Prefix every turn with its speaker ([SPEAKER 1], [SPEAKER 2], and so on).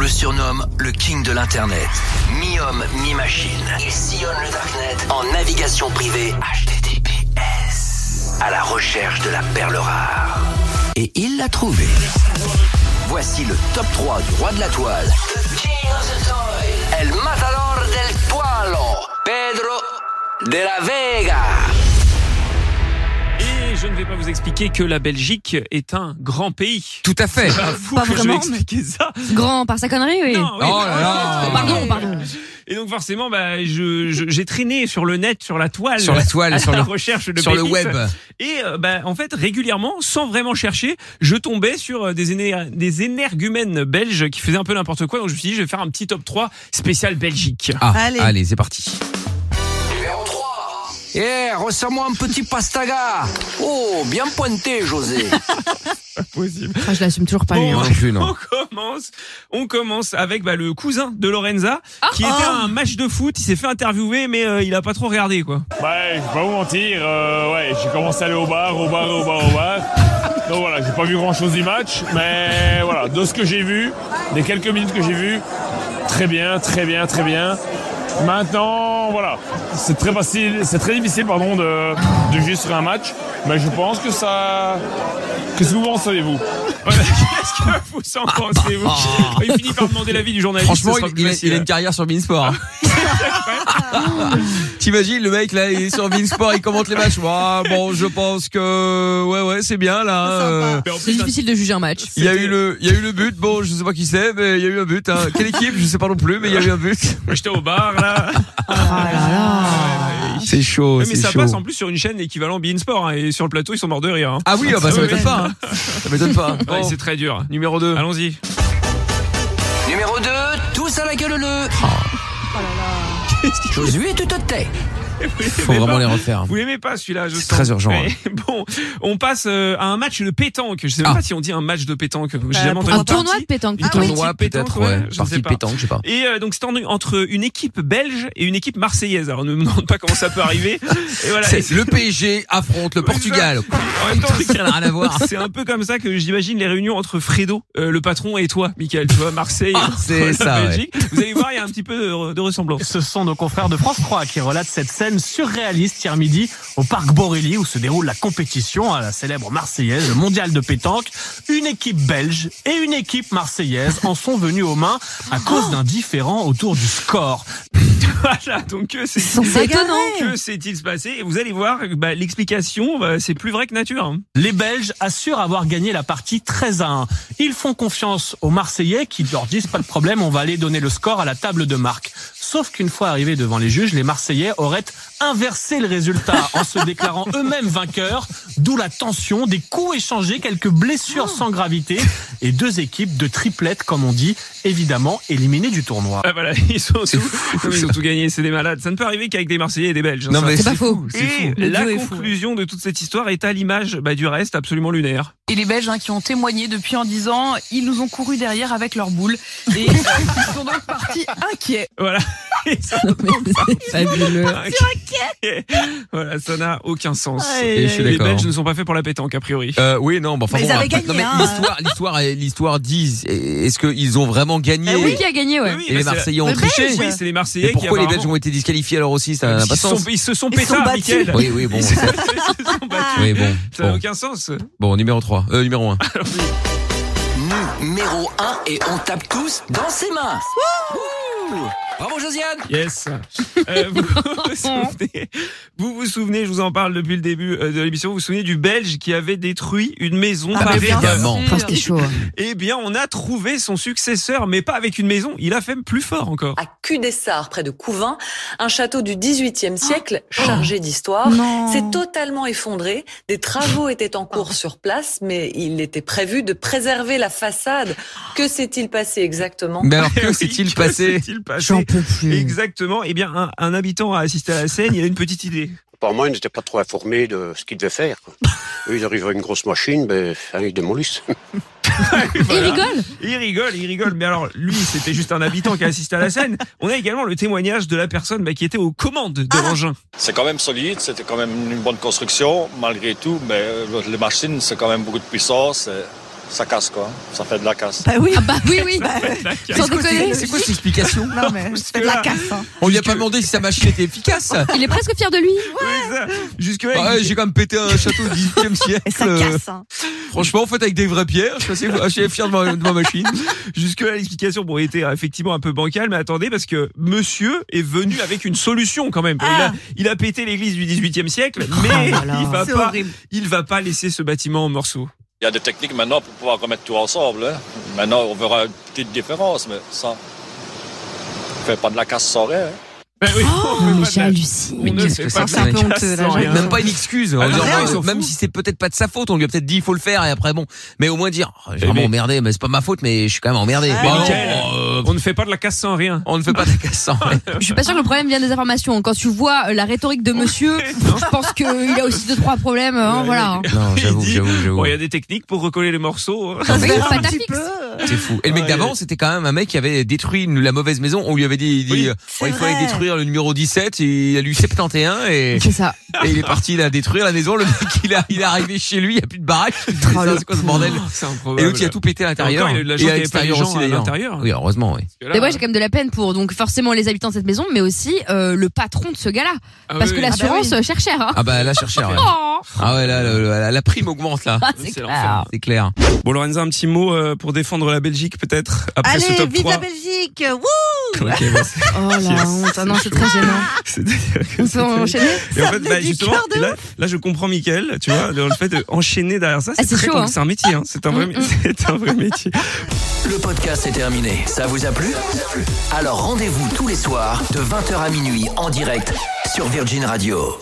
[SPEAKER 1] le surnomme le King de l'Internet. Mi-homme, mi-machine. Il sillonne le Darknet en navigation privée HTTPS. À la recherche de la perle rare. Et il l'a trouvée. Voici le top 3 du roi de la toile. El matador del toalo, Pedro de la Vega.
[SPEAKER 2] Et je ne vais pas vous expliquer que la Belgique est un grand pays.
[SPEAKER 3] Tout à fait.
[SPEAKER 2] Pas fou
[SPEAKER 4] Pas
[SPEAKER 2] que je vais
[SPEAKER 4] vraiment,
[SPEAKER 2] expliquer ça.
[SPEAKER 4] Grand par sa connerie, oui.
[SPEAKER 2] Non, oui,
[SPEAKER 3] Oh
[SPEAKER 2] bah,
[SPEAKER 3] là là.
[SPEAKER 2] oui.
[SPEAKER 4] Pardon, pardon.
[SPEAKER 2] Et donc forcément, bah, je, je- j'ai traîné sur le net, sur la toile,
[SPEAKER 3] Sur la toile, sur
[SPEAKER 2] à la
[SPEAKER 3] le,
[SPEAKER 2] recherche de
[SPEAKER 3] sur le
[SPEAKER 2] pépites.
[SPEAKER 3] web.
[SPEAKER 2] Et euh, bah, en fait, régulièrement, sans vraiment chercher, je tombais sur euh, des, éner- des énergumènes belges qui faisaient un peu n'importe quoi. Donc je me suis dit, je vais faire un petit top 3 spécial Belgique.
[SPEAKER 3] Ah, allez,
[SPEAKER 5] Allez.
[SPEAKER 3] c'est parti.
[SPEAKER 1] Eh, resserre-moi un petit pastaga. Oh, bien pointé, José.
[SPEAKER 2] Possible.
[SPEAKER 4] Ah, je l'assume toujours pas, lui.
[SPEAKER 3] Moi
[SPEAKER 4] hein.
[SPEAKER 3] non plus, non.
[SPEAKER 2] On commence, on commence avec bah, le cousin de Lorenza, qui était à
[SPEAKER 5] Oh.
[SPEAKER 2] un match de foot. Il s'est fait interviewer, mais euh, il a pas trop regardé, quoi.
[SPEAKER 6] Ouais, je vais pas vous mentir, euh, ouais, j'ai commencé à aller au bar, au bar, au bar, au bar. Donc voilà, j'ai pas vu grand chose du match, mais voilà, de ce que j'ai vu, des quelques minutes que j'ai vu, très bien, très bien, très bien. Maintenant, voilà, c'est très facile, c'est très difficile, pardon, de, de juger sur un match, mais je pense que ça. Qu'est-ce que vous en savez-vous
[SPEAKER 2] Voilà, Qu'est-ce que vous en pensez, vous Il finit par demander l'avis du journaliste.
[SPEAKER 3] Franchement,
[SPEAKER 2] ce sera
[SPEAKER 3] il,
[SPEAKER 2] plus
[SPEAKER 3] il a,
[SPEAKER 2] facile.
[SPEAKER 3] il a une carrière sur hein. Beansport. T'imagines, le mec, là, il est sur Beansport, il commente les matchs. Ah, bon, je pense que, ouais, ouais, c'est bien, là.
[SPEAKER 5] C'est
[SPEAKER 3] euh,
[SPEAKER 5] sympa.
[SPEAKER 2] Mais en
[SPEAKER 4] C'est
[SPEAKER 2] plus,
[SPEAKER 4] difficile de juger un match.
[SPEAKER 3] Il y a eu le, il y a eu le but. Bon, je sais pas qui c'est, mais il y a eu un but. hein. Quelle équipe Je sais pas non plus, mais il y a eu un but.
[SPEAKER 2] J'étais au bar, là.
[SPEAKER 4] Ah là là.
[SPEAKER 3] C'est chaud,
[SPEAKER 2] Oui, mais ça passe en plus sur une chaîne équivalent Bein Sport. hein, et sur le plateau, ils sont morts de rire. hein. Oh.
[SPEAKER 3] Ah oui, ah bah, ça
[SPEAKER 2] Oui,
[SPEAKER 3] m'étonne
[SPEAKER 2] oui.
[SPEAKER 3] pas. hein. Ça m'étonne pas.
[SPEAKER 2] Ah, Ouais,
[SPEAKER 3] Bon,
[SPEAKER 2] c'est très dur.
[SPEAKER 3] numéro 2
[SPEAKER 2] Allons-y.
[SPEAKER 1] Numéro 2, tous à la gueule leu.
[SPEAKER 3] Oh.
[SPEAKER 1] Josué, tu te tais.
[SPEAKER 3] Faut vraiment les refaire.
[SPEAKER 2] Vous l'aimez pas celui-là, je
[SPEAKER 3] C'est
[SPEAKER 2] sens.
[SPEAKER 3] très urgent, hein.
[SPEAKER 2] Mais Bon, on passe euh, à un match de pétanque. Je sais même
[SPEAKER 3] Ah.
[SPEAKER 2] pas si on dit un match de pétanque. J'ai jamais entendu
[SPEAKER 4] Bah, Un
[SPEAKER 2] parler.
[SPEAKER 4] tournoi de pétanque.
[SPEAKER 3] Une
[SPEAKER 2] Ah oui.
[SPEAKER 3] tournoi
[SPEAKER 2] Petite pétanque,
[SPEAKER 3] peut-être,
[SPEAKER 2] ouais,
[SPEAKER 3] ouais.
[SPEAKER 2] je sais
[SPEAKER 3] Partie de
[SPEAKER 2] pas.
[SPEAKER 3] pétanque, je sais pas.
[SPEAKER 2] Et euh, donc c'est en- entre une équipe belge et une équipe marseillaise. Alors ne me demande pas comment ça peut arriver. Et voilà. Et
[SPEAKER 3] C'est- Le PSG affronte le
[SPEAKER 2] Oui,
[SPEAKER 3] Portugal.
[SPEAKER 2] en même temps,
[SPEAKER 3] Ça n'a rien à voir.
[SPEAKER 2] C'est un peu comme ça que j'imagine les réunions entre Fredo, euh, le patron, et toi, Michael. Tu vois, Marseille,
[SPEAKER 3] Ah, c'est
[SPEAKER 2] la
[SPEAKER 3] ça, ouais.
[SPEAKER 2] Belgique. Vous allez voir, il y a un petit peu de, de ressemblance.
[SPEAKER 7] Ce sont nos confrères de France 3 qui relatent cette scène surréaliste hier midi au parc Borély où se déroule la compétition à la célèbre Marseillaise, le mondial de pétanque. Une équipe belge et une équipe marseillaise en sont venues aux mains à cause d'un différent autour du score.
[SPEAKER 2] voilà, donc euh, c'est
[SPEAKER 4] C'est étonnant.
[SPEAKER 2] que s'est-il se passé Et vous allez voir, bah, l'explication, bah, c'est plus vrai que nature. hein.
[SPEAKER 7] Les Belges assurent avoir gagné la partie 13 à 1. Ils font confiance aux Marseillais qui leur disent pas de problème, on va aller donner le score à la table de marque. Sauf qu'une fois arrivés devant les juges, les Marseillais auraient inversé le résultat en se déclarant eux-mêmes vainqueurs, d'où la tension, des coups échangés, quelques blessures sans gravité et deux équipes de triplettes, comme on dit, évidemment éliminées du tournoi.
[SPEAKER 2] Ah, voilà, ils sont
[SPEAKER 3] C'est
[SPEAKER 2] tout,
[SPEAKER 3] fou,
[SPEAKER 2] ils
[SPEAKER 3] ça.
[SPEAKER 2] ont tout gagné, c'est des malades. Ça ne peut arriver qu'avec des Marseillais et des Belges. hein,
[SPEAKER 3] Non,
[SPEAKER 2] ça.
[SPEAKER 3] mais
[SPEAKER 4] C'est pas
[SPEAKER 3] c'est
[SPEAKER 4] fou.
[SPEAKER 2] Et
[SPEAKER 4] Le
[SPEAKER 2] la
[SPEAKER 4] duo est fou.
[SPEAKER 2] conclusion de toute cette histoire est à l'image bah, du reste absolument lunaire.
[SPEAKER 8] Et les Belges hein, qui ont témoigné depuis en disant ils nous ont couru derrière avec leurs boules et euh, ils sont donc partis inquiets.
[SPEAKER 2] Voilà. Et ça-
[SPEAKER 4] Ah, C'est Ah, fabuleux.
[SPEAKER 2] Ah, voilà, ça n'a aucun sens.
[SPEAKER 3] Et je suis
[SPEAKER 2] les
[SPEAKER 3] d'accord.
[SPEAKER 2] Belges ne sont pas faits pour la pétanque a priori.
[SPEAKER 3] Euh, oui, non, bon, enfin
[SPEAKER 5] Mais
[SPEAKER 3] bon,
[SPEAKER 5] ils avaient
[SPEAKER 3] un peu- non,
[SPEAKER 5] gagné,
[SPEAKER 3] mais
[SPEAKER 5] hein.
[SPEAKER 3] l'histoire, l'histoire, est- l'histoire dit, est-ce qu'ils ont vraiment gagné
[SPEAKER 4] Eh oui, qui a gagné, ouais.
[SPEAKER 2] Oui,
[SPEAKER 3] Et
[SPEAKER 2] bah,
[SPEAKER 3] les
[SPEAKER 2] c'est-
[SPEAKER 3] Marseillais ont
[SPEAKER 5] Mais
[SPEAKER 3] triché.
[SPEAKER 2] Oui, c'est les Marseillais
[SPEAKER 3] Et pourquoi
[SPEAKER 2] qui
[SPEAKER 3] les Belges
[SPEAKER 2] apparemment-
[SPEAKER 3] ont Ah, bah, été disqualifiés alors aussi Ça n'a
[SPEAKER 2] ils,
[SPEAKER 3] pas de
[SPEAKER 2] se sont,
[SPEAKER 3] sens.
[SPEAKER 2] ils se sont
[SPEAKER 5] Ils sont
[SPEAKER 2] pétards,
[SPEAKER 5] battus.
[SPEAKER 2] Mickaël.
[SPEAKER 3] Oui, oui, bon,
[SPEAKER 2] Ils se
[SPEAKER 3] ça-
[SPEAKER 2] ils se sont battus.
[SPEAKER 3] oui, bon,
[SPEAKER 2] Ça n'a
[SPEAKER 3] bon,
[SPEAKER 2] aucun Ah, sens.
[SPEAKER 3] Bon, numéro 3, euh, numéro 1.
[SPEAKER 1] Numéro 1 et on tape tous dans ses mains. Wouh Bravo, Josiane.
[SPEAKER 2] Yes. Euh, vous, vous souvenez, vous vous souvenez, je vous en parle depuis le début euh, de l'émission, vous vous souvenez du Belge qui avait détruit une maison
[SPEAKER 5] Ah,
[SPEAKER 2] par
[SPEAKER 5] mais bien
[SPEAKER 2] erreur.
[SPEAKER 3] Évidemment.
[SPEAKER 5] sûr.
[SPEAKER 4] Franchement, c'était chaud. hein.
[SPEAKER 2] Eh bien, on a trouvé son successeur, mais pas avec une maison. Il a fait plus fort encore.
[SPEAKER 9] à Cudessart, près de Couvin, un château du XVIIIe siècle chargé d'histoire.
[SPEAKER 5] Non.
[SPEAKER 9] s'est totalement effondré. Des travaux étaient en cours sur place, mais il était prévu de préserver la façade. Que s'est-il passé exactement
[SPEAKER 3] Mais alors, que
[SPEAKER 2] Oui,
[SPEAKER 3] s'est-il passé
[SPEAKER 2] s'est-il passé
[SPEAKER 4] J'en peux plus.
[SPEAKER 2] Exactement. Eh bien, un, un habitant a assisté à la scène. Il a une petite idée.
[SPEAKER 10] Par moi, ils n'étaient pas trop informés de ce qu'ils devaient faire. quoi. Eux, ils arrivent à une grosse machine, ben, allez, ils démolissent.
[SPEAKER 4] Il
[SPEAKER 2] Voilà.
[SPEAKER 4] rigole.
[SPEAKER 2] Il rigole, il rigole. Mais alors, lui, c'était juste un habitant qui a assisté à la scène. On a également le témoignage de la personne bah, qui était aux commandes de l'engin.
[SPEAKER 6] C'est quand même solide, c'était euh, quand même une bonne construction, malgré tout, mais les machines, c'est quand même beaucoup de puissance.
[SPEAKER 5] ça casse quoi, ça fait de la casse.
[SPEAKER 11] Bah oui. bah oui, oui.
[SPEAKER 3] sans déconner. C'est quoi cette explication
[SPEAKER 11] Non, mais ça fait de la casse. hein.
[SPEAKER 3] On lui a pas demandé si sa machine était efficace.
[SPEAKER 2] Ah,
[SPEAKER 11] Il est presque fier de lui.
[SPEAKER 3] Jusque Ah ouais, j'ai quand même pété un château au 18 e siècle.
[SPEAKER 11] Et ça casse. hein.
[SPEAKER 3] Franchement, en fait, avec des vraies pierres, je suis assez, assez fier de ma, de ma machine.
[SPEAKER 2] Jusque-là, l'explication bon, était euh, effectivement un peu bancale, mais attendez, parce que monsieur est venu avec une solution quand même.
[SPEAKER 3] Ah.
[SPEAKER 2] Il, a, il a pété l'église du 18e siècle,
[SPEAKER 3] Oh
[SPEAKER 2] mais
[SPEAKER 8] Oh
[SPEAKER 5] là là.
[SPEAKER 2] il va
[SPEAKER 5] C'est
[SPEAKER 2] pas,
[SPEAKER 5] horrible.
[SPEAKER 2] il va pas laisser ce bâtiment en morceaux.
[SPEAKER 5] Il y a des techniques maintenant pour pouvoir remettre tout ensemble. hein. Maintenant, on verra une petite différence, mais ça fait pas de la casse sans rien. hein.
[SPEAKER 2] Ben
[SPEAKER 11] Oh,
[SPEAKER 3] Oh.
[SPEAKER 2] mais
[SPEAKER 11] j'hallucine.
[SPEAKER 2] On ne
[SPEAKER 3] Qu'est-ce
[SPEAKER 2] fait
[SPEAKER 3] que
[SPEAKER 2] pas
[SPEAKER 3] c'est
[SPEAKER 2] de
[SPEAKER 3] que
[SPEAKER 2] la
[SPEAKER 3] ça
[SPEAKER 2] casse sans rien.
[SPEAKER 3] Même pas une excuse. En
[SPEAKER 2] Ah,
[SPEAKER 3] disant,
[SPEAKER 2] rien,
[SPEAKER 3] bon,
[SPEAKER 2] ils s'en
[SPEAKER 3] même
[SPEAKER 2] foutent.
[SPEAKER 3] si c'est peut-être pas de sa faute, on lui a peut-être dit il faut le faire et après bon. Mais au moins dire, oh, j'ai vraiment emmerdé, mais c'est pas ma faute, mais je suis quand même emmerdé.
[SPEAKER 2] Eh Ah,
[SPEAKER 3] Bah non,
[SPEAKER 2] Mickaël,
[SPEAKER 3] euh,
[SPEAKER 2] on ne fait pas de la casse sans rien.
[SPEAKER 3] On ne fait pas de la casse sans rien.
[SPEAKER 11] Je suis pas sûr que le problème vient des informations. Quand tu vois euh, la rhétorique de monsieur, je pense qu'il a aussi deux trois problèmes. hein, voilà. hein.
[SPEAKER 3] Non, j'avoue, j'avoue,
[SPEAKER 2] Bon, Il
[SPEAKER 3] j'avoue.
[SPEAKER 2] y a des techniques pour recoller les
[SPEAKER 3] Oh
[SPEAKER 2] morceaux. hein.
[SPEAKER 11] Ça se verra un petit peu.
[SPEAKER 3] C'est fou. Et le mec
[SPEAKER 2] Ah,
[SPEAKER 3] d'avant, c'était quand même un mec qui avait détruit une- la mauvaise maison. On lui avait dit, il, dit, euh,
[SPEAKER 11] c'est
[SPEAKER 3] ouais, il fallait
[SPEAKER 11] vrai.
[SPEAKER 3] détruire le numéro 17. Et il a lu 71 et,
[SPEAKER 11] C'est ça.
[SPEAKER 3] et il est parti il a détruire la maison. Le mec, il, a, il est arrivé chez lui, il n'y a plus de baraque.
[SPEAKER 2] Oh,
[SPEAKER 3] Il fait ça, C'est quoi ce bordel Et l'autre, il a tout pété à l'intérieur.
[SPEAKER 2] Encore, il a eu de la chance
[SPEAKER 3] Et à
[SPEAKER 2] qu'il y avait pas de
[SPEAKER 3] l'extérieur
[SPEAKER 2] gens
[SPEAKER 3] aussi,
[SPEAKER 2] à
[SPEAKER 3] d'ailleurs.
[SPEAKER 2] l'intérieur.
[SPEAKER 3] Oui, heureusement, oui.
[SPEAKER 11] Mais moi j'ai quand même de la peine pour donc forcément les habitants de cette maison, mais aussi euh, le patron de ce gars-là,
[SPEAKER 3] Ah
[SPEAKER 11] parce
[SPEAKER 3] oui,
[SPEAKER 11] que
[SPEAKER 3] oui.
[SPEAKER 11] l'assurance euh, cher cher. hein.
[SPEAKER 3] Ah bah là, cher cher. ouais.
[SPEAKER 11] Oh.
[SPEAKER 3] Ah ouais, là, le- le- la, la prime augmente là.
[SPEAKER 11] Ah, c'est clair.
[SPEAKER 3] C'est clair.
[SPEAKER 2] Bon, Lorenza, un petit mot euh, pour défendre la Belgique, peut-être après
[SPEAKER 12] Allez,
[SPEAKER 2] ce top
[SPEAKER 12] vive
[SPEAKER 2] 3.
[SPEAKER 12] la Belgique Wouh
[SPEAKER 2] Ok, bah, c'est-
[SPEAKER 11] Oh la
[SPEAKER 2] Yes.
[SPEAKER 11] honte, Ah non c'est très gênant.
[SPEAKER 2] On
[SPEAKER 11] peut enchaîner
[SPEAKER 2] Et en
[SPEAKER 11] Ça
[SPEAKER 2] fait,
[SPEAKER 11] venait
[SPEAKER 2] bah,
[SPEAKER 11] du
[SPEAKER 2] justement,
[SPEAKER 11] cœur de
[SPEAKER 2] là, là, je comprends Mickaël, tu vois, le fait d'enchaîner derrière ça,
[SPEAKER 1] Ah,
[SPEAKER 2] c'est
[SPEAKER 1] c'est
[SPEAKER 2] très
[SPEAKER 1] chaud,
[SPEAKER 2] compl-
[SPEAKER 1] hein.
[SPEAKER 2] c'est un métier, hein, c'est un, vrai- c'est un vrai métier.
[SPEAKER 1] Le podcast est terminé. Ça vous a plu Alors rendez-vous tous les soirs de 20h à minuit en direct sur Virgin Radio.